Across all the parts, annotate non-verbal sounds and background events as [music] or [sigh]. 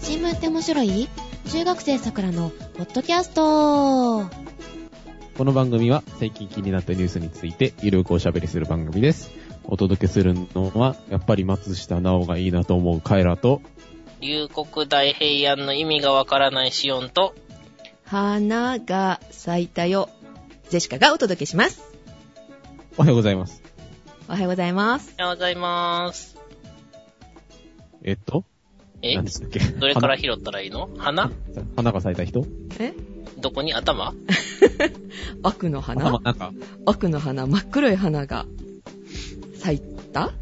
新聞って面白い中学生さくらのポッドキャストこの番組は最近気になったニュースについてゆるくおしゃべりする番組です。お届けするのは、やっぱり松下奈緒がいいなと思うカエラと、龍谷大平安の意味がわからないシオンと、花が咲いたよ。ジェシカがお届けします。おはようございます。おはようございます。おはようございます。えっと、え何でしたっけどれから拾ったらいいの花花花が咲いた人えどこに頭悪の花頭なんか、悪の花、真っ黒い花が咲いた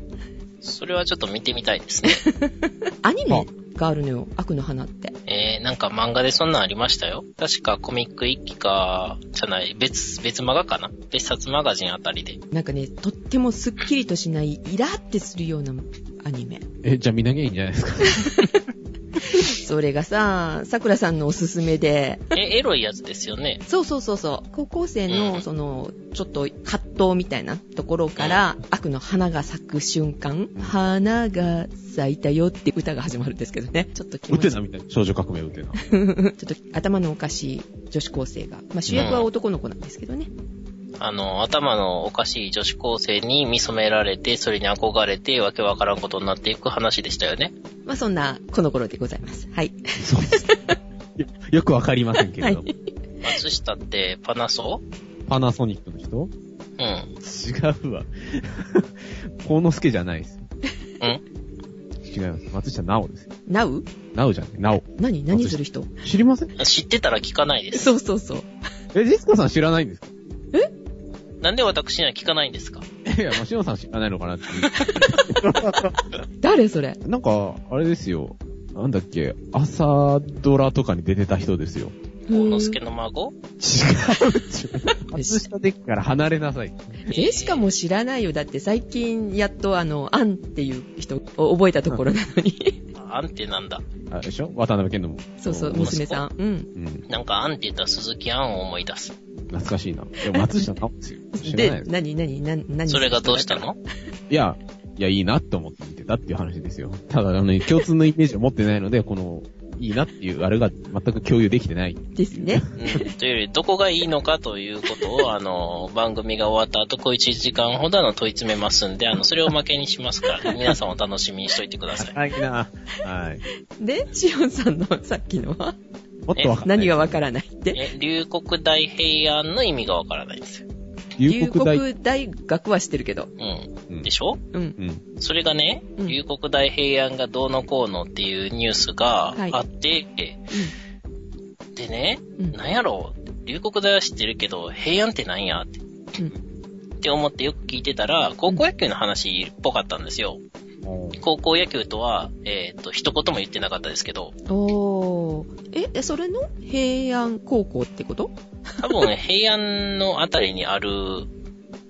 それはちょっと見てみたいですね。 [laughs] アニメがあるのよ、悪の花って。えー、なんか漫画でそんなんありましたよ。確かコミック一期か、じゃない、別、別漫画かな別冊マガジンあたりで。なんかね、とってもスッキリとしない、イラってするようなアニメ。え、じゃあ見なきゃいいんじゃないですか。それがさ、桜さんのおすすめで、え、エロいやつですよね。そうそうそうそう、高校生うんの、その、ちょっと葛藤みたいなところから、悪の花が咲く瞬間、花が咲いたよって歌が始まるんですけどね。ちょっと気ウ持テちナみたいな。少女革命ウテナ。 [laughs] ちょっと頭のおかしい女子高生が、まあ、主役は男の子なんですけどね、あの、頭のおかしい女子高生に見染められて、それに憧れて、わけわからんことになっていく話でしたよね。まあそんなこの頃でございますはいそうです。よよくわかりませんけれども。はい松下ってパナソパナソニックの人うん。違うわ。幸之助じゃないです。うん違います。松下奈緒です。なう奈緒じゃない。奈何何する人緒。知りません知ってたら聞かないです。そうそうそうえ、ジェスカさん知らないんですかなんで私には聞かないんですかいや、マシノさん知らないのかなっていう。誰それなんか、あれですよ。なんだっけ、朝ドラとかに出てた人ですよ。大之助の違う孫違う。松下デッキから離れなさい。えしかも知らないよだって最近やっとあのアンっていう人を覚えたところなのにあんってなんだ。あれでしょ渡辺健の。 [laughs] そうそううん娘さんうんうん。なんかあんって言ったら鈴木あんを思い出す。懐かしいな。いや、松下直ですよ。知らないでです。何何何何それがどうしたのいや、いや、いいなって思って見てたっていう話ですよ。ただ、あの、共通のイメージを持ってないので、この、いいなっていう、あれが全く共有できてない。ですねうん [laughs] というより、どこがいいのかということを、あの、番組が終わった後、小1時間ほどあの問い詰めますんで、あの、それを負けにしますから、皆さんお楽しみにしといてください。はい、なはい。でしおんさんのさっきのはもっとわかんない。何がわからないってえ、龍谷大平安の意味がわからないんですよ。龍龍谷大。谷大学は知ってるけどううんん。でしょうんうん。それがね、うん龍谷大平安がどうのこうのっていうニュースがはいあって、でね、うんなんやろう、龍谷大は知ってるけど、平安ってなんやって。うんって思ってよく聞いてたら、高校野球の話っぽかったんですよ。高校野球とは、えっ、と、一言も言ってなかったですけど、おー。え、それの平安高校ってこと [laughs] 多分平安のあたりにある、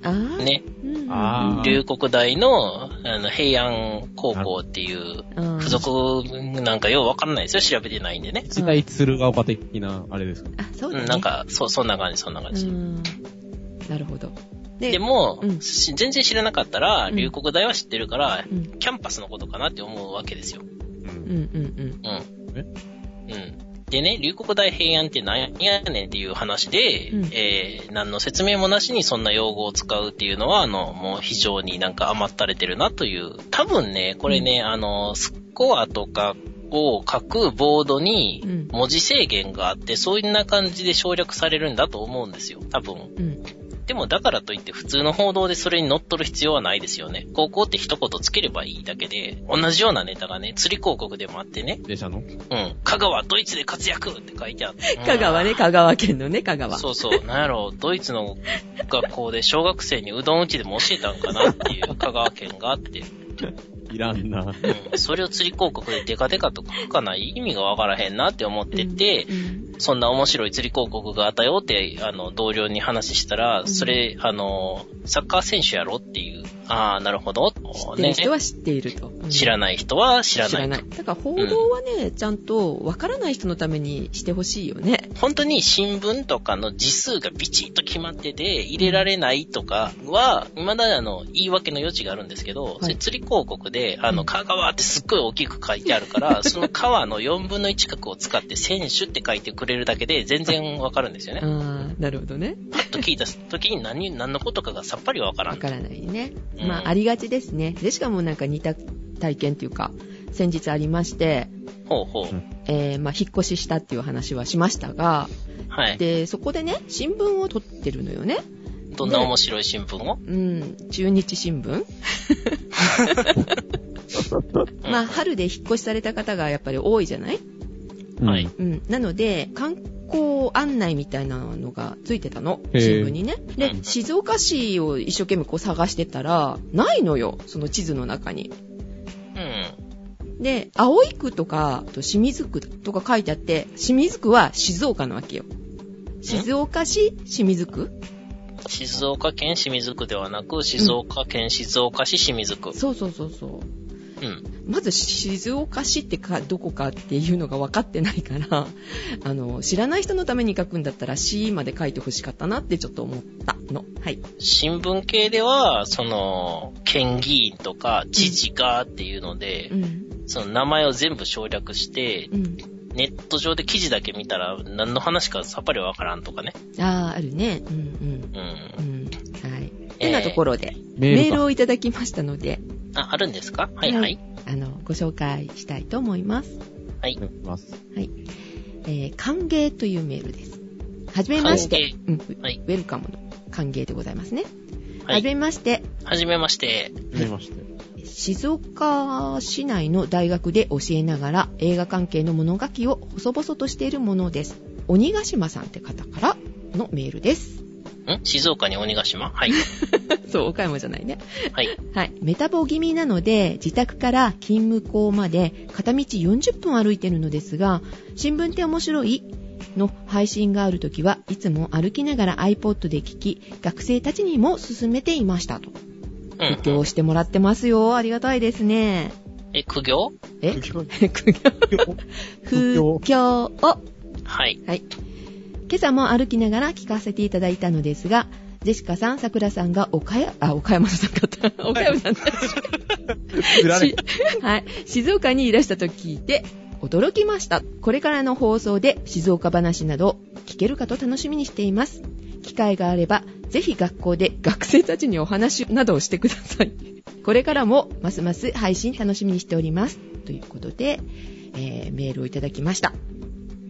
あー。ね、うんうんうん。あー龍谷大のあの平安高校っていううん付属なんかようわかんないですよ、調べてないんでね。一大鶴岡的な、あれですかね。あ、そうだうね。ん、なんか、そう、そんな感じ、そんな感うじ。ん。なるほど。で、も、うんし全然知らなかったら、うん龍谷大は知ってるから、うん。キャンパスのことかなって思うわけですよ。ううんんうんうん。うん。でね、龍谷大平安ってなんやねんっていう話で、うんえー、何の説明もなしにそんな用語を使うっていうのは、あの、もう非常になんか余ったれてるなという。多分ね、これね、あの、スコアとかを書くボードうにん文字制限があって、そういんな感じで省略されるんだと思うんですよ。多分。うん。うん。でもだからといって普通の報道でそれに乗っ取る必要はないですよね。高校って一言つければいいだけで、同じようなネタがね、釣り広告でもあってね、電車のうん。香川、ドイツで活躍って書いてあって。 [laughs] 香川ね、香川県のね、香うん川。そうそう。なんやろう、ドイツの学校で小学生にうどん打ちでも教えたんかなっていう香川県があって。いらんな。うん。それを釣り広告でデカデカと書かない意味がわからへんなって思ってて、うんそんな面白い釣り広告があったよって、あの、同僚に話したら、んそれ、あの、サッカー選手やろっていう。ああ、なるほど。知知ってる人は知っていると。うん知らない人は知らない。ない。だから報道はね、ちゃんとわからない人のためにしてほしいよね。本当に新聞とかの字数がビチッと決まってて、入れられないとかは、未だあの、言い訳の余地があるんですけど、それ釣り広告で、あうの、ん香川ってすっごい大きく書いてある [laughs] から、その川の4分の1角を使って選手って書いてくれるだけで全然わかるんですよね。ああ、なるほどね。パッと聞いた時に何、何のことかがさっぱりわからわん。からないね。うんまあ、ありがちですね。で、しかもなんか似た体験というか、先日ありまして、ほうほううん。えー、まあ、引っ越ししたっていう話はしましたが、はい。で、そこでね、新聞を撮ってるのよね。どんな面白い新聞をうん、中日新 [laughs] 聞。 [laughs] まあ、春で引っ越しされた方がやっぱり多いじゃないうんはい。うん、なので観光案内みたいなのがついてたのへー新聞にねでうん静岡市を一生懸命こう探してたらないのよその地図の中にうん。で青い区とかあと清水区とか書いてあって清水区は静岡なわけよ静岡市清水区静岡県清水区ではなく、静岡県静岡市清水区。そうそうそうそううん。まず静岡市ってかどこかっていうのが分かってないから [laughs] あの知らない人のために書くんだったら市まで書いてほしかったなってちょっと思ったのはい新聞系では、その、県議員とか、知事がっていうのでう、んその名前を全部省略して、うんネット上で記事だけ見たら、何の話かさっぱりわからんとかね。ああ、あるね。うんう。うんん。うん。はい。えーてなところで、メメーールルか。をいただきましたので、あ、あるんですかはいははいい。あの、ご紹介したいと思います。はいお。願いしますえー、歓迎というメールです。はじめまして。うん。ウはいェルカムの歓迎でございますね。ははじい。めまして。はじめまして。はじめまして。静岡市内の大学で教えながら映画関係の物書きを細々としているものです。鬼ヶ島さんって方からのメールです。ん静岡に鬼ヶ島はい。そう、岡山じゃないね。はい。はい。メタボ気味なので、自宅から勤務校まで片道40分歩いてるのですが、新聞って面白いの配信があるときはいつも歩きながら iPod で聞き、学生たちにも勧めていましたと。う苦ん。行してもらってますよ。ありがたいですね。 [laughs] え、苦行え苦行苦行。苦苦行行を。はい。はい。今朝も歩きながら聞かせていただいたのですが、ジェシカさん、桜さんが岡山、あ、岡山さん [laughs] 方、岡山さん振られし [laughs] はい、静岡にいらしたと聞いて驚きましたこれからの放送で静岡話など聞けるかと楽しみにしています機会があればぜひ学校で学生たちにお話などをしてくださいこれからもますます配信楽しみにしておりますということで、えーメールをいただきました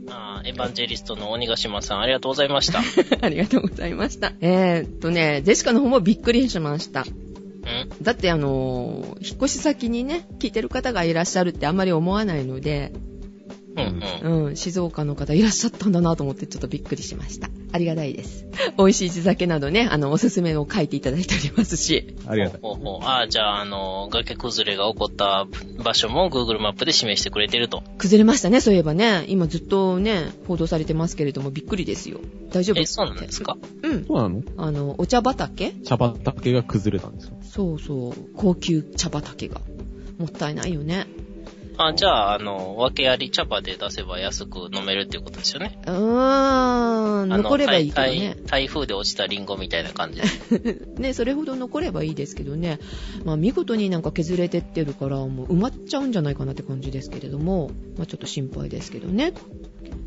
あーエヴァンジェリストの鬼ヶ島さん、ありがとうござい [laughs] ました。 [laughs] ありがとうございましたえー、っとねジェシカの方もびっくりしましたうんだってあのー引っ越し先にね聞いてる方がいらっしゃるってあんまり思わないのでうんうん。うん、静岡の方いらっしゃったんだなと思ってちょっとびっくりしました。ありがたいです。美味しい地酒などね、あの、おすすめを書いていただいておりますし。ありがたい。ほうほうほうああ、じゃあ、あの、崖崩れが起こった場所も Google マップで示してくれてると。崩れましたね、そういえばね。今ずっとね、報道されてますけれども、びっくりですよ。大丈夫え、そうなんですかうん。そうなのあの、お茶畑茶畑が崩れたんですかそうそう。高級茶畑が。もったいないよね。あじゃあ、あの、訳あり茶葉で出せば安く飲めるっていうことですよね。うーん、あの残ればいいけど台ね。台台風で落ちたリンゴみたいな [laughs] 感じで。ね、それほど残ればいいですけどね。まあ、見事になんか削れてってるから、もう埋まっちゃうんじゃないかなって感じですけれども、まあ、ちょっと心配ですけどね。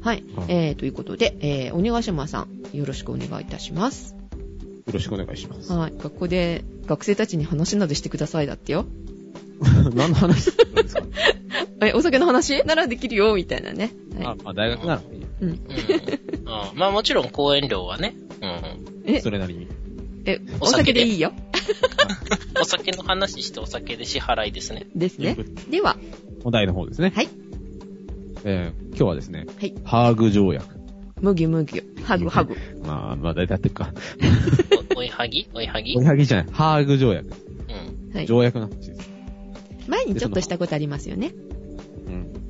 はい。はいえー、ということで、えー、鬼ヶ島さん、よろしくお願いいたします。よろしくお願いします。はい。学校で学生たちに話などしてくださいだってよ。何の話 [laughs] なんですかえ、お酒の話ならできるよ、みたいなね。あは、まあ大学ならいいよい。うん。うん、あまあもちろん講演料はね、うんえそれなりに。え、おお酒酒ででいいよ。うん。お酒の話してお酒で支払いですね。ですね。では、お題の方ですね。はい。えー今日はですね、はい [laughs] ハーグ条約。麦麦、ハグハ [laughs] グ。まあ、まあ大体やってるか。おおいはぎおいはぎおはぎじゃない。ハーグ条約。うん。はい。条約の話です。前にちょっとしたことありますよね。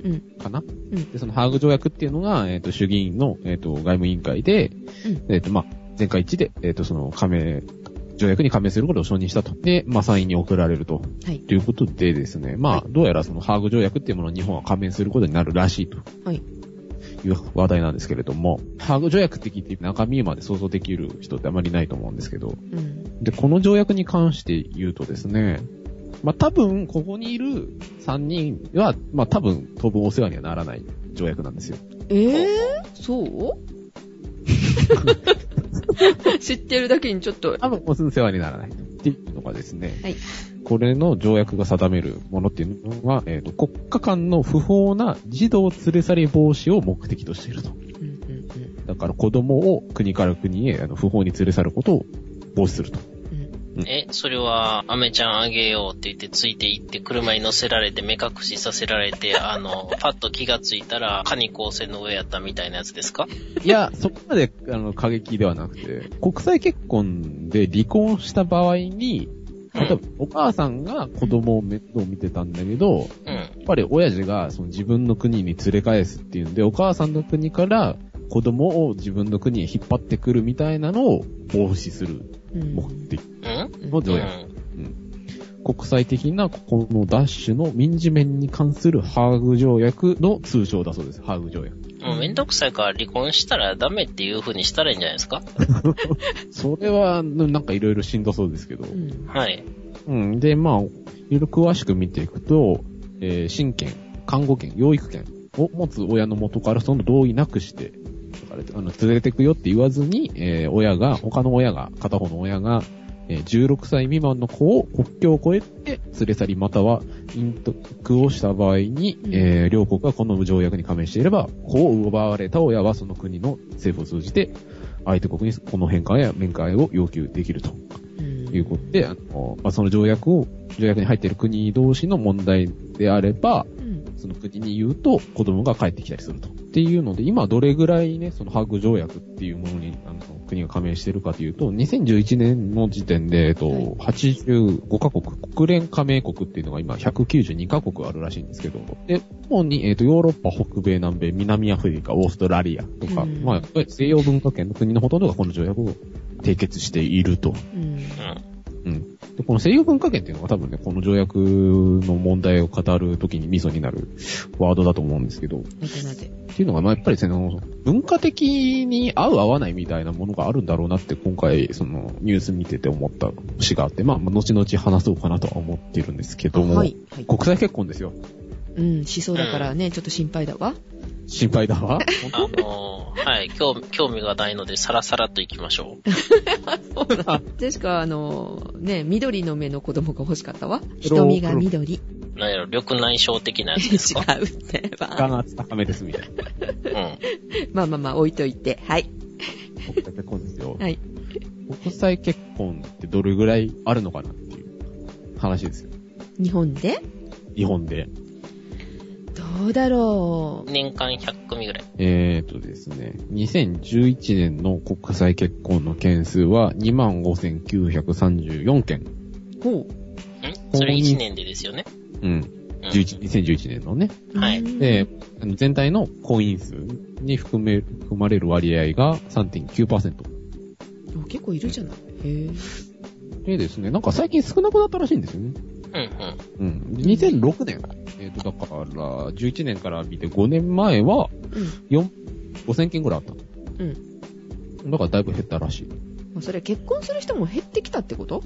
うん。うん。かな、んで、そのハーグ条約っていうのが、えっ、と、衆議院の、えっ、と、外務委員会で、うんえっ、と、まあ、全会一致で、えっ、と、その、加盟、条約に加盟することを承認したと。で、まあ、参院に送られると。はい。ということでですね、まあ、どうやらそのハーグ条約っていうものに日本は加盟することになるらしいとはい。いう話題なんですけれども、ハーグ条約って聞いて中身まで想像できる人ってあまりいないと思うんですけど、うん。で、この条約に関して言うとですね、まあ、多分、ここにいる3人は、まあ、多分、当分お世話にはならない条約なんですよ。えー、そう [laughs] 知ってるだけにちょっと。多分、お世話にならないっていうのがですね、はいこれの条約が定めるものっていうのは、えーと国家間の不法な児童連れ去り防止を目的としていると。うんうんだから子供を国から国へあの不法に連れ去ることを防止すると。うん。え、それは、アメちゃんあげようって言ってついていって、車に乗せられて、目隠しさせられて、あの、 [laughs] パッと気がついたら、カニ構成の上やったみたいなやつですかいや、そこまであの過激ではなくて、国際結婚で離婚した場合に、う例えばん。お母さんが子供を面倒見てたんだけど、うやん。っぱり親父がその自分の国に連れ返すっていうんで、お母さんの国から子供を自分の国へ引っ張ってくるみたいなのを防止するうんうん目的うんのう条約。ん。国際的なこのダッシュの民事面に関するハーグ条約の通称だそうです。ハーグ条約。もうめんどくさいから離婚したらダメっていう風にしたらいいんじゃないですかそれは、なんかいろいろしんどそうですけど。うんはい。うん。で、まあ、いろいろ詳しく見ていくと、えー親権、看護権、養育権を持つ親の元からその同意なくして、だからあの連れてくよって言わずに、えー親が、他の親が、片方の親が、えー16歳未満の子を国境を越えて連れ去りまたは隠匿をした場合に、うんえー両国がこの条約に加盟していれば、子を奪われた親はその国の政府を通じて、相手国にこの返還や面会を要求できると。ということで、あの、まあ、その条約を、条約に入っている国同士の問題であれば、うんその国に言うと子供が帰ってきたりすると。っていうので、今どれぐらいね、そのハーグ条約っていうものに、あの、国が加盟してるかというと、2011年の時点で、えっと、はい85カ国、国連加盟国っていうのが今192カ国あるらしいんですけど、で、主に、えっと、ヨーロッパ、北米、南米、南アフリカ、オーストラリアとか、うんまあ、やっぱり西洋文化圏の国のほとんどがこの条約を締結していると。うんうん。うん。で、この西洋文化圏っていうのは多分ね、この条約の問題を語るときにミソになるワードだと思うんですけど、っなぜなぜ。ていうのが、まあ、やっぱりその、文化的に合う合わないみたいなものがあるんだろうなって、今回、その、ニュース見てて思った節があって、まあ、まあ後々話そうかなとは思ってるんですけども、はい。はい。国際結婚ですよ。うん、しそうだからね、ちょっと心配だわ。心配だ [laughs] わ。あの [laughs] ーはい、興味、興味がないので、サラサラと行きましょう。でしか、あの、ね、緑の目の子供が欲しかったわ。瞳が緑。違なんやろ、緑内障的なやつですか [laughs] うってば。眼圧高めですみたいな。うん。まあまあまあ、置いといて。はい。国際結婚ですよ。はい。国際結婚ってどれぐらいあるのかなっていう話ですよ。日本で日本で。どうだろ年間100組ぐらい。えーとですね、2011年の国際結婚の件数は25,934件。う。ほんそれ1年でですよね。うん。うん11 2011年のね。う。はいうんで、あの全体の婚姻数に含め、含まれる割合が3.9%。でも結構いるじゃない。へえ。でですね、なんか最近少なくなったらしいんですよね。うんうん。うん。2006年。えーと、だから、11年から見て5年前うは4、5000件ぐらいあったの。ん。うん。だからだいぶ減ったらしい。まあそれは結婚する人も減ってきたってこと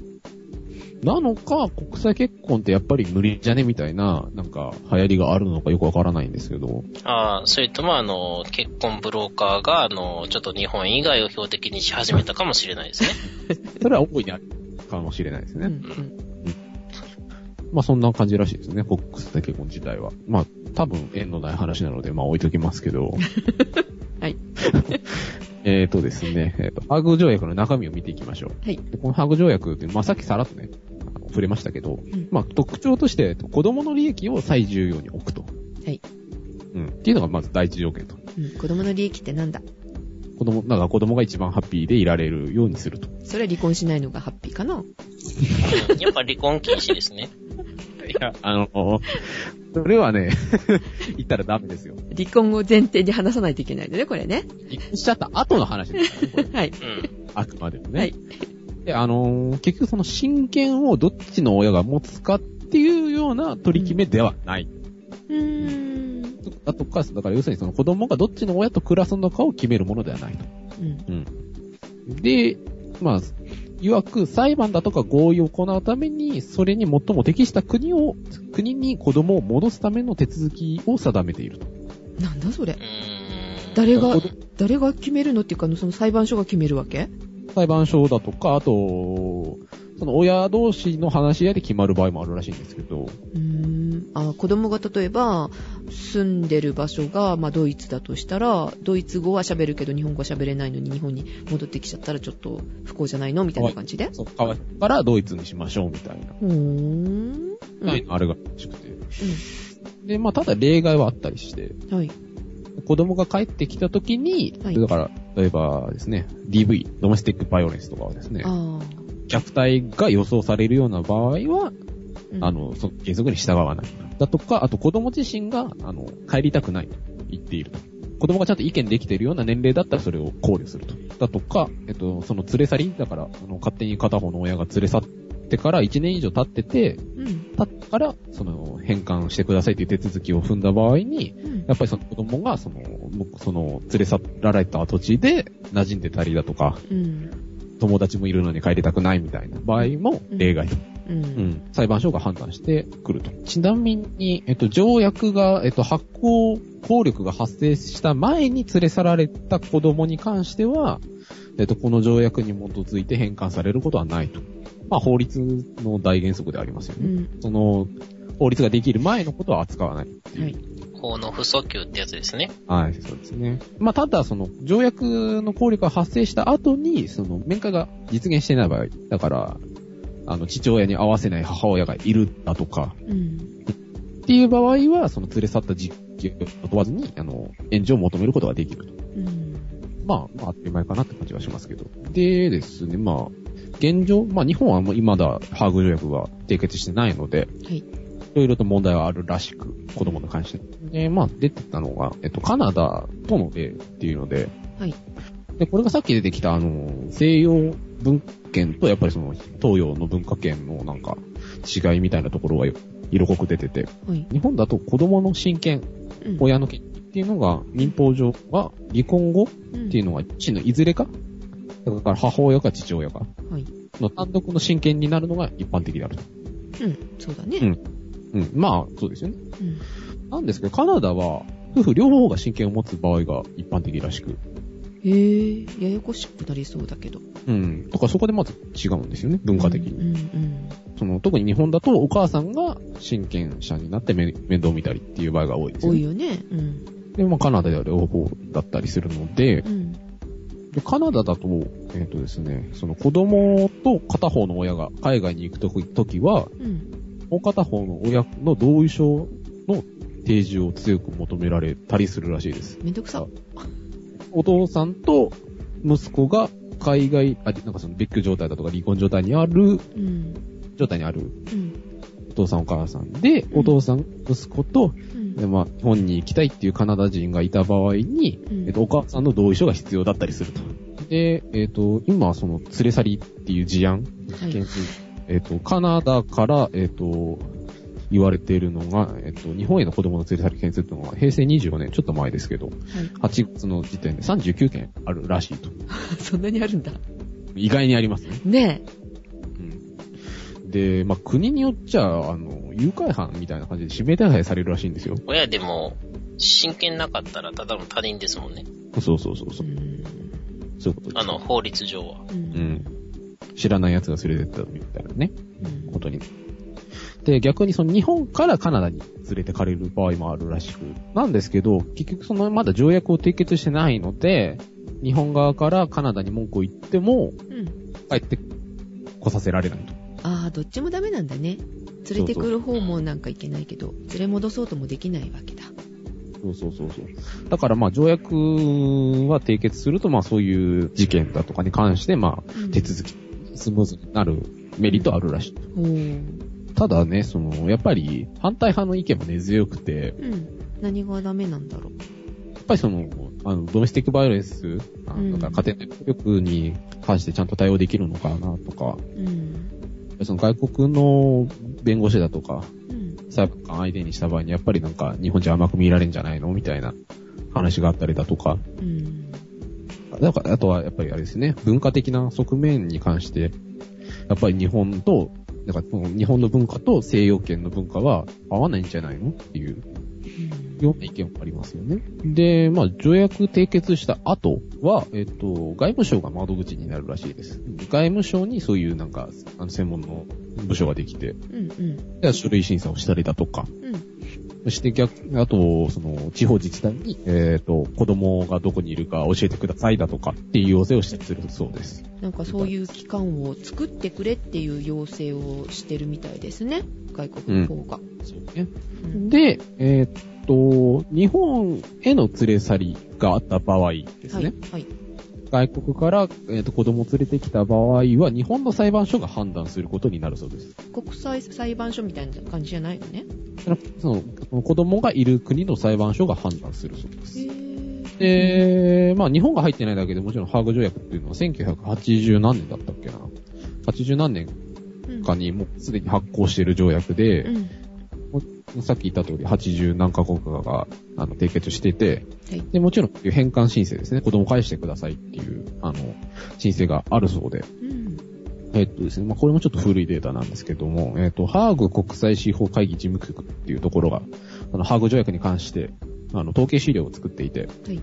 なのか、国際結婚ってやっぱり無理じゃねみたいな、なんか、流行りがあるのかよくわからないんですけど。ああ、それとも、あの、結婚ブローカーが、あの、ちょっと日本以外を標的にし始めたかもしれないですね。それは大いにあるかもしれないですうんうね。ん。まあそんな感じらしいですね、国際結婚自体は。まあ、多分縁のない話なので、まあ置いときますけど。 [laughs] はい。 [laughs] えーとですね、えーと、ハーグ条約の中身を見ていきましょう。はいでこのハーグ条約って、まあさっきさらっとね、あの触れましたけど、んまあ特徴として、えっと子供の利益を最重要に置くと。はい。うん。っていうのがまず第一条件と。うん子供の利益ってなんだ子供、なんか子供が一番ハッピーでいられるようにすると。それは離婚しないのがハッピーかなうんやっぱ離婚禁止ですね。いや、あの、それはね、 [laughs] 言ったらダメですよ。離婚を前提で話さないといけないのね、これね。しちゃった後の話ですからね、これはい。うん。あくまでもね。はいで、あのー結局その親権をどっちの親が持つかっていうような取り決めではない。うーん。だとか、だから要するにその子供がどっちの親と暮らすのかを決めるものではないと。うん。で、まあ、いわく裁判だとか合意を行うために、それに最も適した国を、国に子供を戻すための手続きを定めていると。なんだそれう。ーん。誰が子供、誰が決めるのっていうか、その裁判所が決めるわけ裁判所だとか、あと、その親同士の話し合いで決まる場合もあるらしいんですけど、うーんあ子供が例えば住んでる場所が、まあ、ドイツだとしたらドイツ語は喋るけど日本語は喋れないのに日本に戻ってきちゃったらちょっと不幸じゃないのみたいな感じで、そっからドイツにしましょうみたいな、うーん、うんはい、あれがらしくて。で、まあ、ただ例外はあったりして、うんはい子供が帰ってきた時に、はいだから、例えばですね、DV、ドメスティックバイオレンスとかはですね、あ虐待が予想されるような場合は、ー、うんあの、その原則に従わない。だとか、あと子供自身が、あの、帰りたくないと言っていると。子供がちゃんと意見できているような年齢だったらそれを考慮すると。だとか、えっと、その連れ去り、だから、あの、勝手に片方の親が連れ去ってから1年以上経ってて、うん経ってから、その、返還してくださいという手続きを踏んだ場合に、うんやっぱりその子供が、その、もうその、連れ去られた土地で馴染んでたりだとか、うん友達もいるのに帰りたくないみたいな場合も例外と。ううんん。裁判所が判断してくると。ちなみに、えっと、条約が、えっと、発行、効力が発生した前に連れ去られた子供に関しては、えっと、この条約に基づいて返還されることはないと。まあ、法律の大原則でありますようね。んその、法律ができる前のことは扱わない。はい法の不訴求ってやつですね。はい、そうですね。まあ、ただ、その、条約の効力が発生した後に、その、面会が実現していない場合、だから、あの、父親に会わせない母親がいるだとか、うんっていう場合は、その、連れ去った実験を問わずに、あの、援助を求めることができると。うんまあ、まあ、当たり前かなって感じはしますけど。でですね、まあ、現状、まあ、日本はもう今だ、ハーグ条約が締結してないので、はいいろいろと問題はあるらしく、子供に関して。で、まあ、出てたのが、えっと、カナダとの例っていうので、はいで、これがさっき出てきた、あの、西洋文献と、やっぱりその、東洋の文化圏のなんか、違いみたいなところがよ色濃く出てて、はい日本だと子供の親権、うん親の権利っていうのが、民法上は、離婚後っていうのは、父のいずれか、だから母親か父親か、はいの単独の親権になるのが一般的であると。うんそうだうんねうん。まあ、そうですよね。うんなんですけど、カナダは、夫婦両方が親権を持つ場合が一般的らしく。へえややこしくなりそうだけどうん。だからそこでまず違うんですよね、文化的うに。んうんその、特に日本だとお母さんが親権者になってめ面倒見たりっていう場合が多いですよ多ね。いよねうんで、まあカナダでは両方だったりするので、うんでカナダだと、えっ、とですね、その子供と片方の親が海外に行くとき時は、うんもう片方の親の同意書の提示を強く求められたりするらしいです。めんどくさお父さんと息子が海外、あ、なんかその別居状態だとか離婚状態にある、うん状態にあるうんお父さんお母さんで、んお父さん、息子と、うんでまあ、日本に行きたいっていうカナダ人がいた場合に、うんえっと、お母さんの同意書が必要だったりすると。で、えっと、今、その、連れ去りっていう事案、はい件数えっと、カナダから、えっと、言われているのが、えっと、日本への子供の連れ去り件数っていうのが、平成25年、ちょっと前ですけど、8月の時点で39件あるらしいと。そんなにあるんだ。意外にありますね。ねうん。で、まあ、国によっちゃ、あの、誘拐犯みたいな感じで指名手配されるらしいんですよ。親でも、真剣なかったらただの他人ですもんね。そうそうそうえ。そうう。ん。そういうことです。あの、法律上は。う。うんん。知らない奴が連れてったみたいなね、ことに。で、逆にその日本からカナダに連れてかれる場合もあるらしく。なんですけど、結局そのまだ条約を締結してないので、日本側からカナダに文句を言っても、うん。帰って来させられないと。ああ、どっちもダメなんだね。連れてくる方もなんかいけないけど、連れ戻そうともできないわけだ。そうそうそうそう。だからまあ条約は締結するとまあそういう事件だとかに関してまあうん手続きスムーズになるメリットあるらしい。おーただね、その、やっぱり反対派の意見も根強くて、うん。何がダメなんだろう。やっぱりその、あの、ドメスティックバイオレンス、あうんだから家庭の力に関してちゃんと対応できるのかなとか、うん。その外国の弁護士だとか、うん。裁判官相手にした場合にやっぱりなんか日本人甘く見られるんじゃないのみたいな話があったりだとか、うん。なんか、あとはやっぱりあれですね、文化的な側面に関して、やっぱり日本と、なんかこの日本の文化と西洋圏の文化は合わないんじゃないのっていうような意見もありますよね。で、まあ、条約締結した後は、えっと、外務省が窓口になるらしいです。外務省にそういうなんか、あの、専門の部署ができて、うん。うん。で書類審査をしたりだとか、うん。そして逆、あと、その、地方自治体に、えっ、と、子供がどこにいるか教えてくださいだとかっていう要請をしたりするそうです。なんかそういう機関を作ってくれっていう要請をしてるみたいですね。外国の方が。そうね。うん。で、えっ、と、日本への連れ去りがあった場合ですはいね。。はい。外国から、えっと子供を連れてきた場合は、日本の裁判所が判断することになるそうです。国際裁判所みたいな感じじゃないのね。そのその子供がいる国の裁判所が判断するそうでへす。ぇで、まあ日本が入ってないだけでもちろんハーグ条約っていうのは1980何年だったっけな ?80 何年うん。かにもうすでに発行している条約うで、ん。さっき言った通り80何カ国かがあの締結してて、はいで、もちろん返還申請ですね、子供返してくださいっていう、あの、申請があるそうで、うん。えっとですね、まあ、これもちょっと古いデータなんですけども、えっと、ハーグ国際司法会議事務局っていうところが、あの、ハーグ条約に関して、あの、統計資料を作っていて、はい。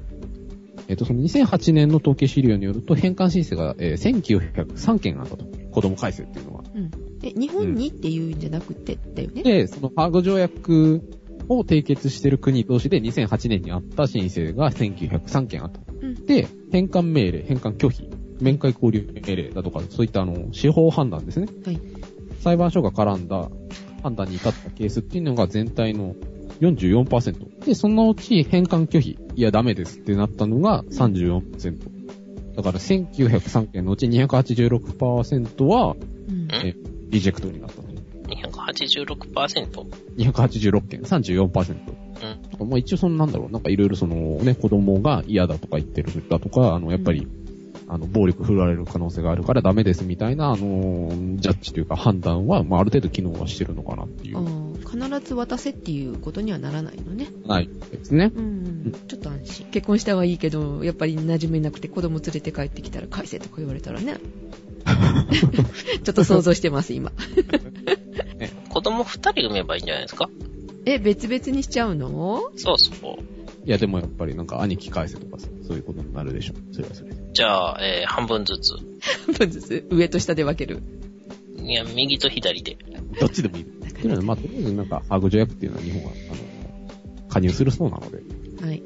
えっと、その2008年の統計資料によると、返還申請が、えー1903件あったと。子供改正っていうのは。うん。え、日本にっていうんじゃなくてだよね。で、そのハーグ条約を締結している国同士で2008年にあった申請が1903件あった。うんで、返還命令、返還拒否、面会交流命令だとか、そういったあの、司法判断ですね。はい。裁判所が絡んだ判断に至ったケースっていうのが全体の44%。で、そのうち返還拒否、いやダメですってなったのが34%。だから1903件のうち286%はうん。リジェクトになったと。 286%? 286件、34%。まあ一応そのなんだろう、なんかいろいろそのね、子供が嫌だとか言ってるだとか、あの、やっぱり、あの、暴力振られる可能性があるからダメですみたいな、あの、ジャッジというか判断は、まあある程度機能はしてるのかなっていあう。ー必ず渡せっていうことにはならないのね。ないですね。うん。ちょっと安心。結婚したはいいけど、やっぱり馴染めなくて子供連れて帰ってきたら返せとか言われたら [laughs] ね。ちょっと想像してます、今。子供2人産めばいいんじゃないですかえ、別々にしちゃうのそうそう。いやでもやっぱりなんか兄貴返せとかさ、そういうことになるでしょ。それはそれで。じゃあ、えー半分ずつ。半分ずつ上と下で分ける。いや、右と左で。どっちでもいい。っていうのは、まあとりあえずなんか、ハーグ条約っていうのは日本は、あの、加入するそうなので、はい。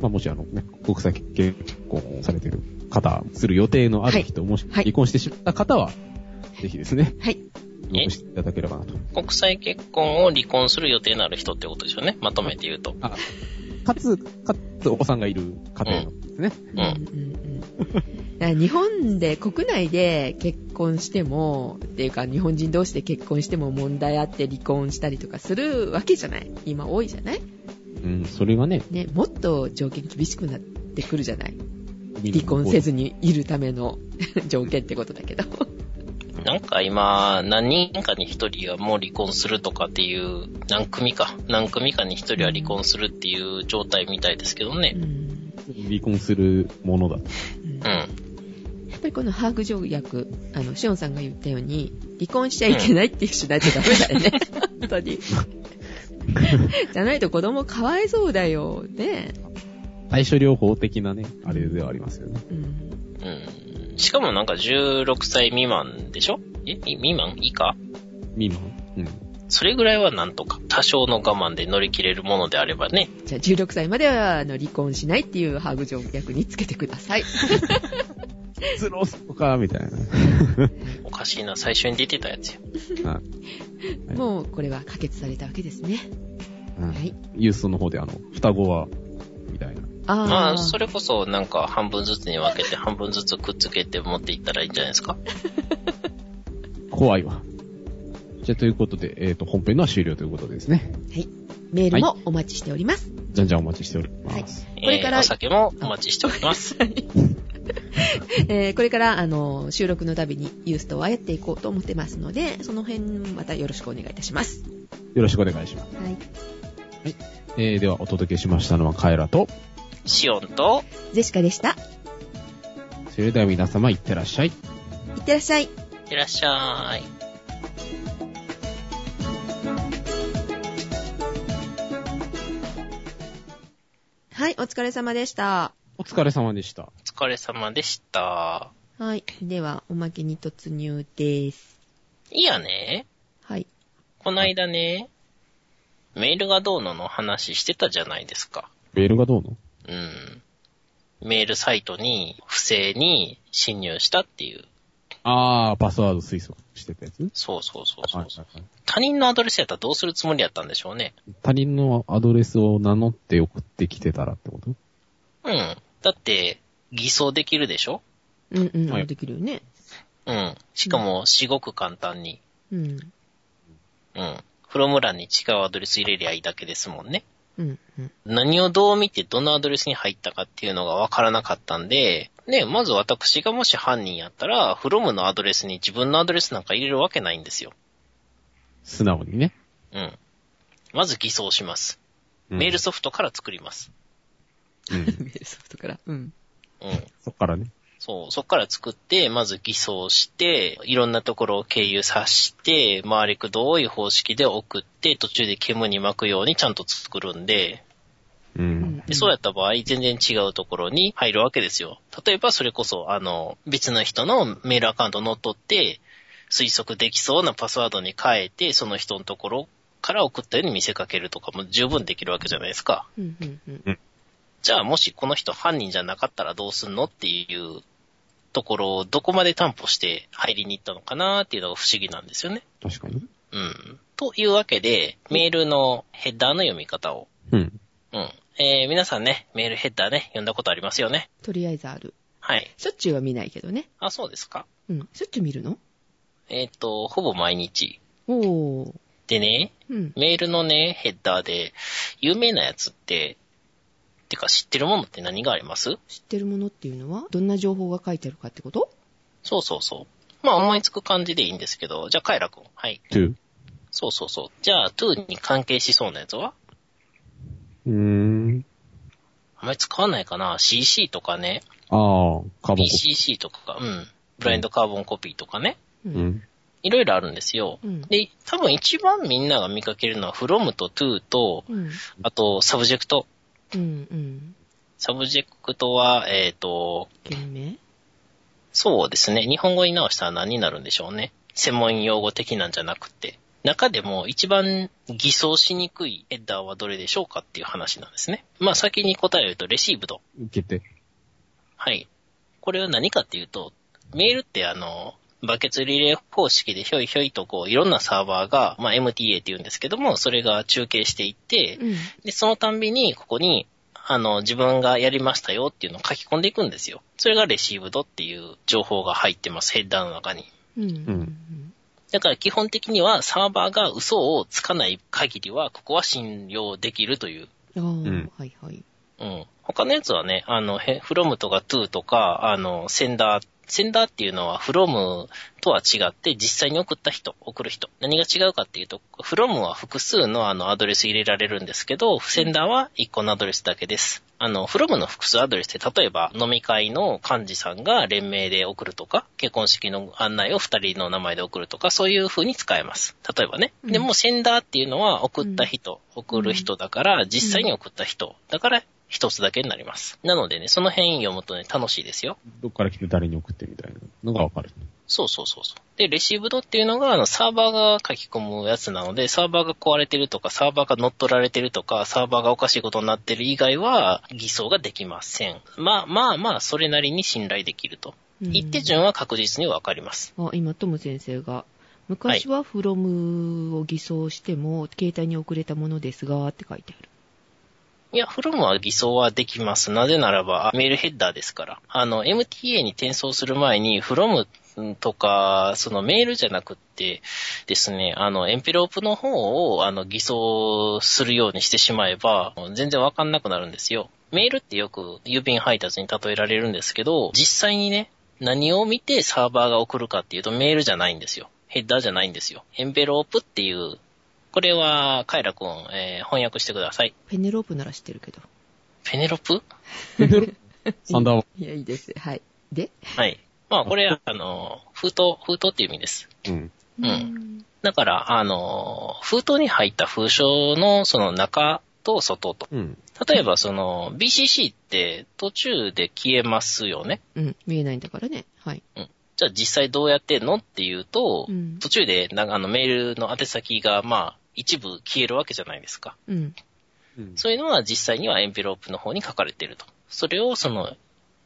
まあもしあのね、国際結婚をされてる方、する予定のある人、もしはい離婚してしまった方は、ぜひですね、はい。登録していただければなと。国際結婚を離婚する予定のある人ってことですよね。まとめて言うと。あ、かつ、かつお子さんがいる家庭のですね。うんうんうん、だから日本で国内で結婚してもっていうか日本人同士で結婚しても問題あって離婚したりとかするわけじゃない今多いじゃない、うん、それがね、ね、もっと条件厳しくなってくるじゃない離婚せずにいるための [laughs] 条件ってことだけどなんか今、何人かに一人はもう離婚するとかっていう、何組か、何組かに一人は離婚するっていう状態みたいですけどうね。ん離婚するものだと。うんうやん。っぱりこのハーグ条約あのシオンさんが言ったように離婚しちゃいけないっていうしないとダメだよね [laughs] 本当にじゃないと子供かわいそうだよね対処療法的なね、あれではありますよね。うんうん。しかもなんか16歳未満でしょえい未満以下ミノうん。それぐらいはなんとか、多少の我慢で乗り切れるものであればね。じゃあ16歳まではあの離婚しないっていうハーグ条約につけてください。つろそこか、みたいな。おかしいな、最初に出てたやつや。はいはいもうこれは可決されたわけですね。うんはい。ユーストの方であの、双子は、みたいな。まああ、あ、それこそなんか半分ずつに分けて、半分ずつくっつけて持っていったらいいんじゃないですか怖いわ。じゃあ、ということで、えっ、と、本編の終了ということですね。メールもお待ちしております。じゃんじゃんお待ちしております。これからえーお酒もお待ちしております。 [laughs] えーこれから、あの、収録のたびにユーストはやっていこうと思ってますので、その辺またよろしくお願いいたします。よろしくお願いします。はい。えー、ではお届けしましたのはカエラと、シオンと、ジェシカでした。それでは皆様いってらっしゃい。いってらっしゃい。いらっしゃーい。はい、お疲れ様でした。お疲れ様でした。お疲れ様でした。はい。では、おまけに突入です。いいやね。はい。こないだね、メールがどうのの話してたじゃないですか。メールがどうのうん。メールサイトに不正に侵入したっていう。あー、パスワード推測してたやつそうそうそうそう、はいはいはい他人のアドレスやったらどうするつもりやったんでしょうね。他人のアドレスを名乗って送ってきてたらってことうん。だって、偽装できるでしょうんうん、はいできるよね。うん。しかも、すごく簡単に。うん。うん。フロム欄に違うアドレス入れりゃいいだけですもんね。うん、うん。何をどう見てどのアドレスに入ったかっていうのがわからなかったんで、ね、まず私がもし犯人やったら、フロムのアドレスに自分のアドレスなんか入れるわけないんですよ。素直にね。うん。まず偽装します。うんメールソフトから作ります。うん [laughs] メールソフトから。うん。うん。そっからね。そう、そっから作って、まず偽装して、いろんなところを経由さして、回りくどい方式で送って、途中で煙に巻くようにちゃんと作るんで、う。うんで、そうやった場合、全然違うところに入るわけですよ。例えば、それこそ、あの、別の人のメールアカウント乗っ取って、推測できそうなパスワードに変えて、その人のところから送ったように見せかけるとかも十分できるわけじゃないですか。うん、うん、うん。じゃあ、もしこの人犯人じゃなかったらどうすんのっていうところをどこまで担保して入りに行ったのかなっていうのが不思議なんですよね。確かに。うん。というわけで、メールのヘッダーの読み方を。うん。うん。えー、皆さんね、メールヘッダーね、読んだことありますよね。とりあえずある。はい。しょっちゅうは見ないけどね。あ、そうですか。うん。しょっちゅう見るのえっ、と、ほぼ毎日。おー。でね、うん。メールのね、ヘッダーで、有名なやつって、てか知ってるものって何があります知ってるものっていうのは、どんな情報が書いてあるかってことそうそうそう。まあ思いつく感じでいいんですけど、じゃあカエラくん。はい。 2。そうそうそう。じゃあ、トゥーに関係しそうなやつはうーん。あまり使わないかな ?CC とかね。あー、カーボン BCC とか、うん。ブラインドカーボンコピーとかね。うコ。う。ん。いろいろあるんですよ。うんで、多分一番みんなが見かけるのは、from と to と、うん。あと、サブジェクト。うん、うん。サブジェクトは、えっ、と、件名そうですね。日本語に直したら何になるんでしょうね。専門用語的なんじゃなくて。中でも一番偽装しにくいヘッダーはどれでしょうかっていう話なんですね。まあ先に答えを言うとレシーブド。受けて。はい。これは何かっていうと、メールってあの、バケツリレー方式でひょいひょいとこういろんなサーバーが、まあ MTA って言うんですけども、それが中継していって、うん。で、そのたんびに、ここに、あの、自分がやりましたよっていうのを書き込んでいくんですよ。それがレシーブドっていう情報が入ってます、ヘッダーの中に。うん。う。うんだから基本的にはサーバーが嘘をつかない限りは、ここは信用できるという。あんー、はいはい。うん。他のやつはね、あの、へ from とか to とか、あの、センダー、センダーっていうのは from とは違って実際に送った人、送る人。何が違うかっていうと、from は複数のあのアドレス入れられるんですけど、センダーは1個のアドレスだけです。あの、from の複数アドレスって、例えば飲み会の幹事さんが連名で送るとか、結婚式の案内を2人の名前で送るとか、そういう風に使えます。例えばね。でも、センダーっていうのは送った人、送る人だから、実際に送った人。だから、一つだけになります。なのでね、その辺読むとね、楽しいですよ。どっから来て誰に送ってみたいなのがわかる。そうそうそうそう。で、レシーブドっていうのが、あの、サーバーが書き込むやつなので、サーバーが壊れてるとか、サーバーが乗っ取られてるとか、サーバーがおかしいことになってる以外は、偽装ができません。まあまあまあ、それなりに信頼できると。うん一手順は確実にわかります。あ、今、トム先生が、昔はフロムを偽装しても、携帯に送れたものですが、って書いてある。いや、フロムは偽装はできます。なぜならば、メールヘッダーですから。あの、MTA に転送する前に、フロムとか、そのメールじゃなくってですね、あの、エンペロープの方を、あの、偽装するようにしてしまえば、全然わかんなくなるんですよ。メールってよく郵便配達に例えられるんですけど、実際にね、何を見てサーバーが送るかっていうとメールじゃないんですよ。ヘッダーじゃないんですよ。エンペロープっていう、これは、カイラくん、えー翻訳してください。ペネロープなら知ってるけど。ペネロプサンダーいや、いいです。はい。ではい。まあ、これ、あの、封筒、封筒っていう意味です。うん。うんだから、あの、封筒に入った封書の、その中と外と。うん。例えば、その、BCC って途中で消えますよね。うん。見えないんだからね。はい。じゃあ実際どうやってんのっていうと、うん途中で、なんかあの、メールの宛先が、まあ、一部消えるわけじゃないですか。うん。そういうのは実際にはエンペロープの方に書かれていると。それをその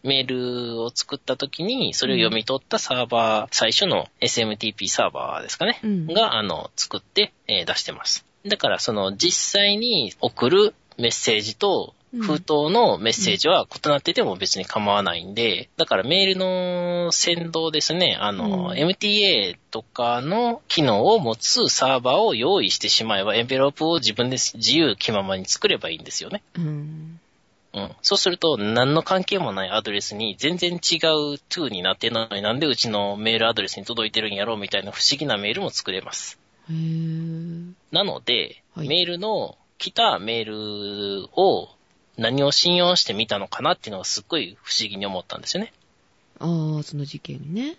メールを作った時に、それを読み取ったサーバー、最初の SMTP サーバーですかね、うんが、あの、作って、えー出してます。だから、その、実際に送るメッセージと、うん封筒のメッセージは異なってても別に構わないんで、だからメールの先導ですね、あの、うん MTA とかの機能を持つサーバーを用意してしまえば、エンベロープを自分で自由気ままに作ればいいんですよね。うん。うん。そうすると、何の関係もないアドレスに全然違う to になってるのになんでうちのメールアドレスに届いてるんやろうみたいな不思議なメールも作れます。へー。なので、はいメールの、来たメールを何を信用してみたのかなっていうのはすっごい不思議に思ったんですよね。ああ、その事件ね。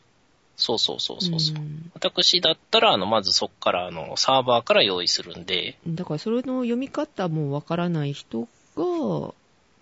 そうそうそうそうそう。ん私だったら、あの、まずそっから、あの、サーバーから用意するんで、だから、それの読み方もわからない人が、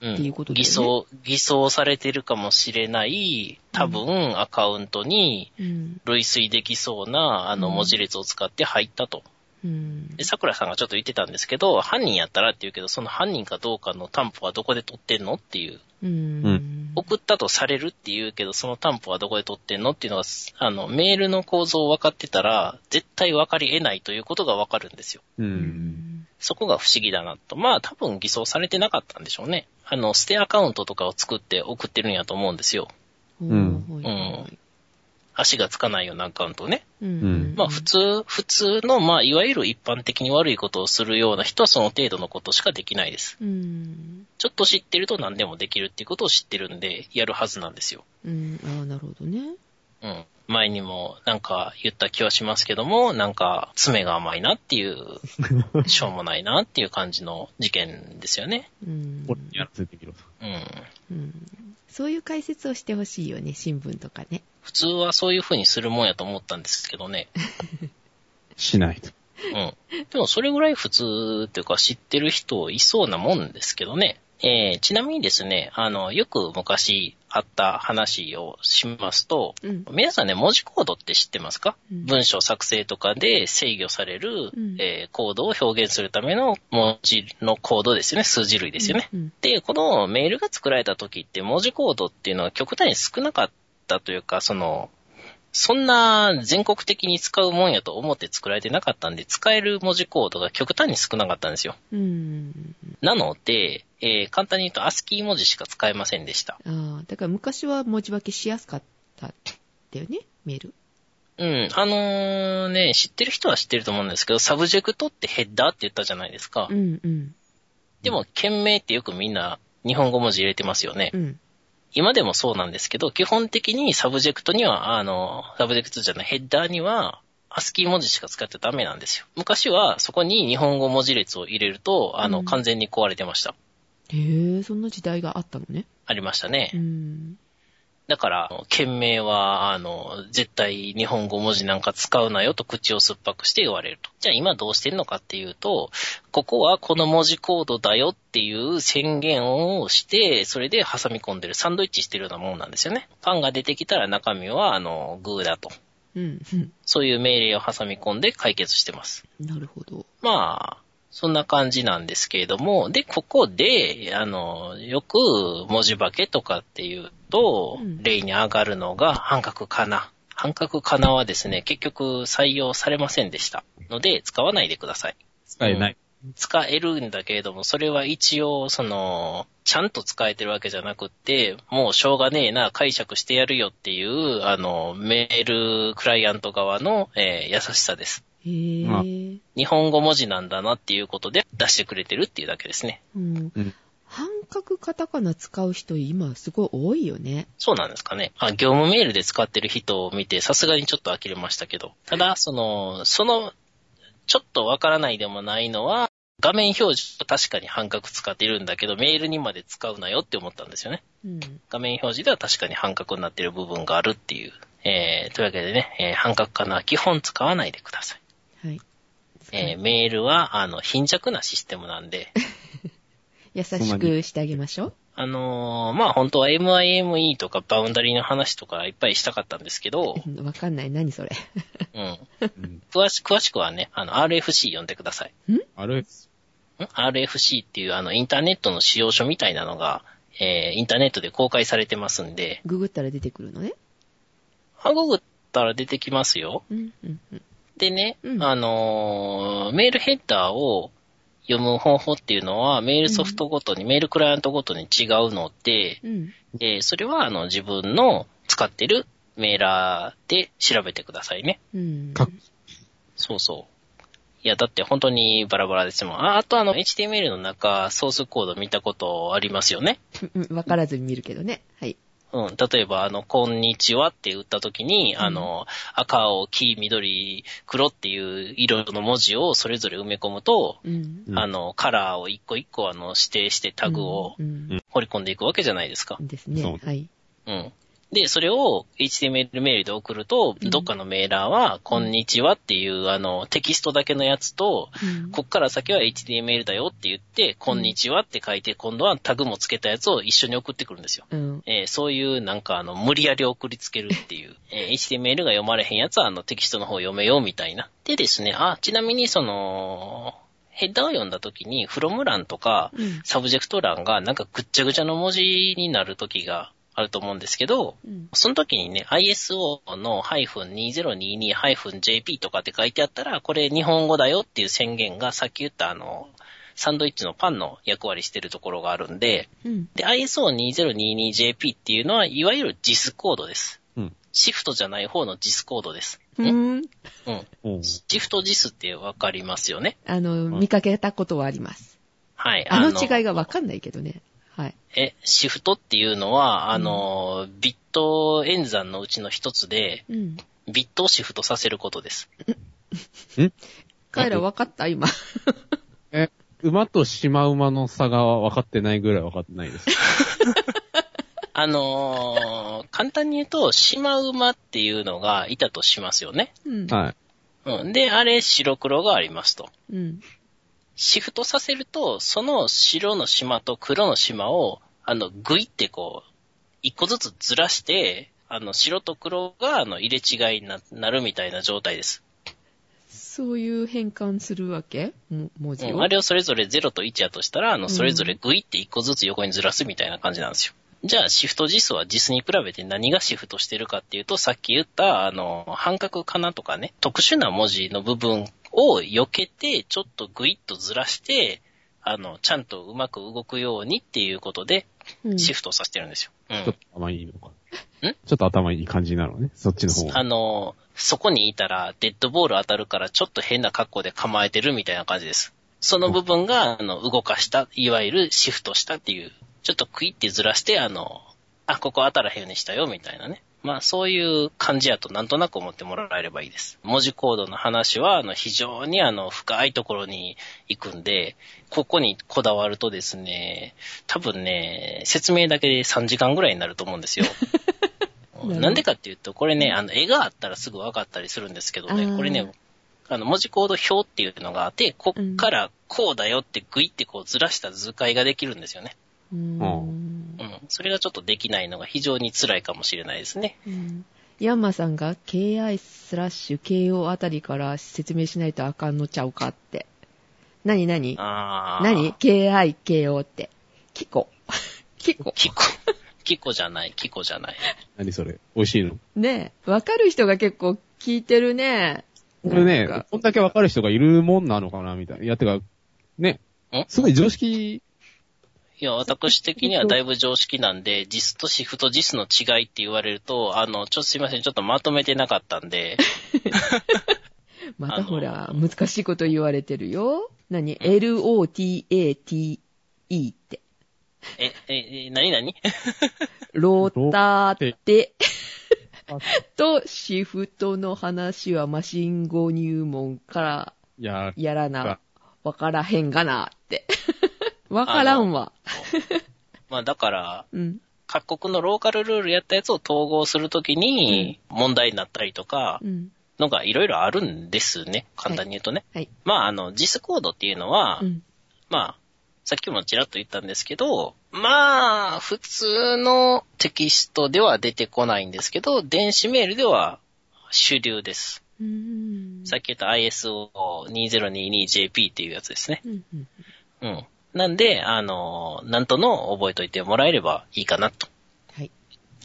うんっていうことだよね偽装、偽装されてるかもしれない、多分アカウントにうん。類推できそうな、あの、うん文字列を使って入ったと。うんで、。桜さんがちょっと言ってたんですけど、犯人やったらって言うけど、その犯人かどうかの担保はどこで取ってんのっていう。うん。送ったとされるって言うけど、その担保はどこで取ってんのっていうのは、あの、メールの構造を分かってたら、絶対分かり得ないということが分かるんですよ。う。うんん。そこが不思議だなと。まあ、多分偽装されてなかったんでしょうね。あの、捨てアカウントとかを作って送ってるんやと思うんですよ。んほうほうほう足がつかないようなアカウントをね。うん。まあ、普通、普通の、まあ、いわゆる一般的に悪いことをするような人はその程度のことしかできないです。うん。ちょっと知ってると何でもできるっていうことを知ってるんで、やるはずなんですよ。うん。ああ、なるほどね。うん。前にもなんか言った気はしますけども、なんか爪が甘いなって [laughs] いう、しょうもないなっていう感じの事件ですよね。うん。これやらせてみろと。うん。うん。そういう解説をしてほしいよね、新聞とかね。普通はそういう風にするもんやと思ったんですけどね。しないと。うん。でもそれぐらい普通っていうか知ってる人いそうなもんですけどね。えー、ちなみにですね、あの、よく昔あった話をしますと、うん。皆さんね、文字コードって知ってますか、うん文章作成とかで制御される、うんえーコードを表現するための文字のコードですよね。数字類ですよね。うん。で、このメールが作られた時って文字コードっていうのは極端に少なかったというか、その、そんな全国的に使うもんやと思って作られてなかったんで、使える文字コードが極端に少なかったんですよ。うん。なので、えー簡単に言うと ASCII 文字しか使えませんでした。ああ、だから昔は文字化けしやすかったんだよね、メール。うん。あのーね、知ってる人は知ってると思うんですけど、サブジェクトってヘッダーって言ったじゃないですか。うんうん。でも、件名ってよくみんな日本語文字入れてますよね。うん。今でもそうなんですけど、基本的にサブジェクトには、あの、サブジェクトじゃない、ヘッダーには、アスキー文字しか使っちゃダメなんですよ。昔は、そこに日本語文字列を入れると、あの、うん完全に壊れてました。へえ、そんな時代があったのね。ありましたね。うん。だから、あの件名は、あの、絶対日本語文字なんか使うなよと口を酸っぱくして言われると。じゃあ今どうしてんのかっていうと、ここはこの文字コードだよっていう宣言をして、それで挟み込んでる、サンドイッチしてるようなもんなんですよね。パンが出てきたら中身は、あの、グーだと。うん。そういう命令を挟み込んで解決してます。なるほど。まあ、そんな感じなんですけれども、で、ここで、あの、よく文字化けとかっていうとう、ん例に上がるのが半角かな。半角かなはですね、結局採用されませんでした。ので、使わないでください。使えない。使えるんだけれども、それは一応、その、ちゃんと使えてるわけじゃなくって、もうしょうがねえな、解釈してやるよっていう、あの、メールクライアント側の、えー優しさです。へえ、まあ日本語文字なんだなっていうことで出してくれてるっていうだけですね。うんうん半角カタカナ使う人今すごい多いよね。そうなんですかね。あ、業務メールで使ってる人を見て、さすがにちょっと呆れましたけど。ただ、その、その、ちょっとわからないでもないのは、画面表示は確かに半角使ってるんだけど、メールにまで使うなよって思ったんですよね。うん。画面表示では確かに半角になってる部分があるっていう。えー、というわけでね、えー半角化のは基本使わないでください。はい。えー、メールは、あの、貧弱なシステムなんで、優しくしてあげましょう。あのーまあ、本当は MIME とかバウンダリーの話とかいっぱいしたかったんですけ [laughs] ど、うんわかんない。何それ。 [laughs] うん。うん。詳し詳しくはね、あの、RFC 読んでください。あれ、ん RFC っていう、あの、インターネットの使用書みたいなのが、えー、インターネットで公開されてますんで、ググったら出てくるのね。あ、ググったら出てきますよ。うん、うん、うん。でね、うんあのーメールヘッダーを読む方法っていうのは、メールソフトごとに、メールクライアントごとに違うので、うん。えーそれは、あの、自分の使ってるメーラーで調べてくださいね。うん。かそうそう。いや、だって本当にバラバラですもん。あ、あとあの、HTML の中、ソースコード見たことありますよね。うんわからずに見るけどね。はい。うん。例えば、あの、こんにちはって打った時に、あの、赤、青、黄、緑、黒っていう色の文字をそれぞれ埋め込むと、うん。うんあの、カラーを一個一個あの、指定してタグをうん。彫り込んでいくわけじゃないですかうん。ですね。そうはい。うん。で、それを HTML メールで送ると、どっかのメーラーは、こんにちはっていう、あの、テキストだけのやつと、うんこっから先は HTML だよって言って、こんにちはって書いて、今度はタグもつけたやつを一緒に送ってくるんですよ。うん。えーそういうなんかあの、無理やり送りつけるっていう。 [laughs] えー HTML が読まれへんやつはあの、テキストの方読めようみたいな。でですね、あ、ちなみにその、ヘッダーを読んだ時に、フロム欄とか、うんサブジェクト欄がなんかぐっちゃぐちゃの文字になる時があると思うんですけど、うん。その時にね、ISO の -2022-jp とかって書いてあったら、これ日本語だよっていう宣言がさっき言ったあの、サンドイッチのパンの役割してるところがあるんで、うん。で、ISO2022-jp っていうのは、いわゆる JIS コードです。うん。シフトじゃない方の JIS コードです。うねん。うん。おうシフト JIS ってわかりますよね。あの、見かけたことはあります。はい。あの違いがわかんないけどね。はい。え、シフトっていうのは、あの、ビット演算のうちの一つで、うん。ビットをシフトさせることです。彼らわかった今。え、馬とシマウマの差が分かってないぐらい分かってないです。 [laughs] あのー [laughs] 簡単に言うと、シマウマっていうのがいたとしますよね。うん。はい。うん。で、あれ、白黒がありますと。うん。シフトさせると、その白の島と黒の島を、あの、グイってこう、一個ずつずらして、あの、白と黒が、あの、入れ違いにななるみたいな状態です。そういう変換するわけも文字うを。ん。あれをそれぞれ0と1やとしたら、あの、それぞれグイって一個ずつ横にずらすみたいな感じなんですよ。じゃあ、シフト実は実に比べて何がシフトしてるかっていうと、さっき言った、あの、半角かなとかね、特殊な文字の部分を避けて、ちょっとグイッとずらして、あの、ちゃんとうまく動くようにっていうことで、うんシフトさせてるんですよ。うちょっん。と頭いいのか。ちょっと頭いい感じなのね。そっちの方あが。の、そこにいたら、デッドボール当たるから、ちょっと変な格好で構えてるみたいな感じです。その部分が、あの、動かした、いわゆるシフトしたっていう、ちょっとクイってずらして、あの、あ、ここ当たらへんようにしたよ、みたいなね。まあ、そういう感じやとなんとなく思ってもらえればいいです。文字コードの話は、あの、非常にあの、深いところに行くんで、ここにこだわるとですね、多分ね、説明だけで3時間ぐらい [laughs] になると思うんですよ。どなんでかっていうと、これね、あの、絵があったらすぐ分かったりするんですけどあーね、これね、あの、文字コード表っていうのがあって、こっからこうだよってグイってこうずらした図解ができるんですよね。うあん。うん。それがちょっとできないのが非常に辛いかもしれないですね。うんヤンマさんが KI スラッシュ KO あたりから説明しないとあかんのちゃうかって。なになにあー。何 ?KI、KO って。キコ。 [laughs] キコ。キ [laughs] コ。キコじゃない、キコじゃない。何それ美味しいのねえ。わかる人が結構聞いてるね。これなんねか、こんだけ分かる人がいるもんなのかなみたいな。いや、てか、ねん。すごい常識、いや、私的にはだいぶ常識なんで、JIS と SIF と JIS の違いって言われると、あの、ちょっとすいません、ちょっとまとめてなかったんで、まあたのほら、難しいこと言われてるよ。何 ?L-O-T-A-T-E って。え、え、え、なになにローターテローとシフトの話はマシン語入門からいや、やらなあ、わからへんがな [laughs] って。わからんわ。 [laughs] まあだから、うん。各国のローカルルールやったやつを統合するときに問題になったりとかう、ん。のがいろいろあるんですね。簡単に言うとね。はい。まああの、JIS コードっていうのはう、ん。まあ、さっきもちらっと言ったんですけど、まあ、普通のテキストでは出てこないんですけど、電子メールでは主流です。うん。さっき言った ISO2022JP っていうやつですね。うんうんうん。なんで、あの、なんとの覚えといてもらえればいいかなと。はい。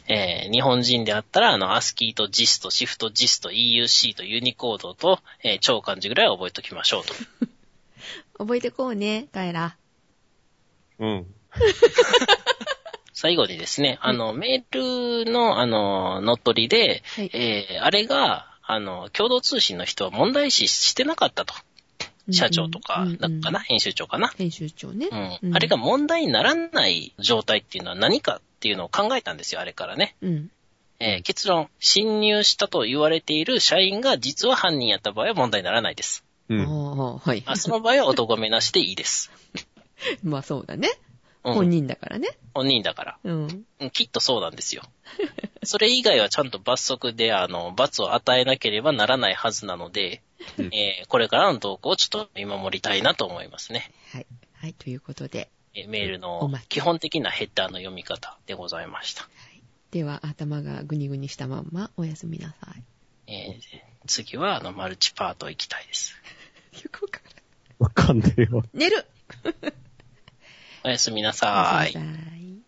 えー日本人であったら、あの、ASCII と JIS と SHIFT と JIS と EUC とユニコードと、えー超漢字ぐらいは覚えときましょうと。覚えてこうね、カエラ。うん。最後にですね、あの、メールの、あの、乗っ取りで、はいえーあれが、あの、共同通信の人は問題視してなかったと。社長とか、うんうんなんかな、編集長かな。編集長ね。うん。あれが。問題にならない状態っていうのは何かっていうのを考えたんですよ、あれからね。うん。えー結論、侵入したと言われている社員が実は犯人やった場合は問題にならないです。うあん。あ、はい。あその場合はお咎めなしでいい [laughs] です。まあそうだね。うん本人だからね。本人だから。うん。うんきっとそうなんですよ。それ以外はちゃんと罰則で、あの、罰を与えなければならないはずなので、うんえーこれからの動向をちょっと見守りたいなと思いますね。はい。はい、ということで。えーメールおのまけ基本的なヘッダーの読み方でございました。では、頭がぐにぐにしたまんま、おやすみなさい。えー次は、あの、マルチパート行きたいです。 [laughs] よくわからんわかんねえわ。寝るおやすみなさお。ーいやすみなさい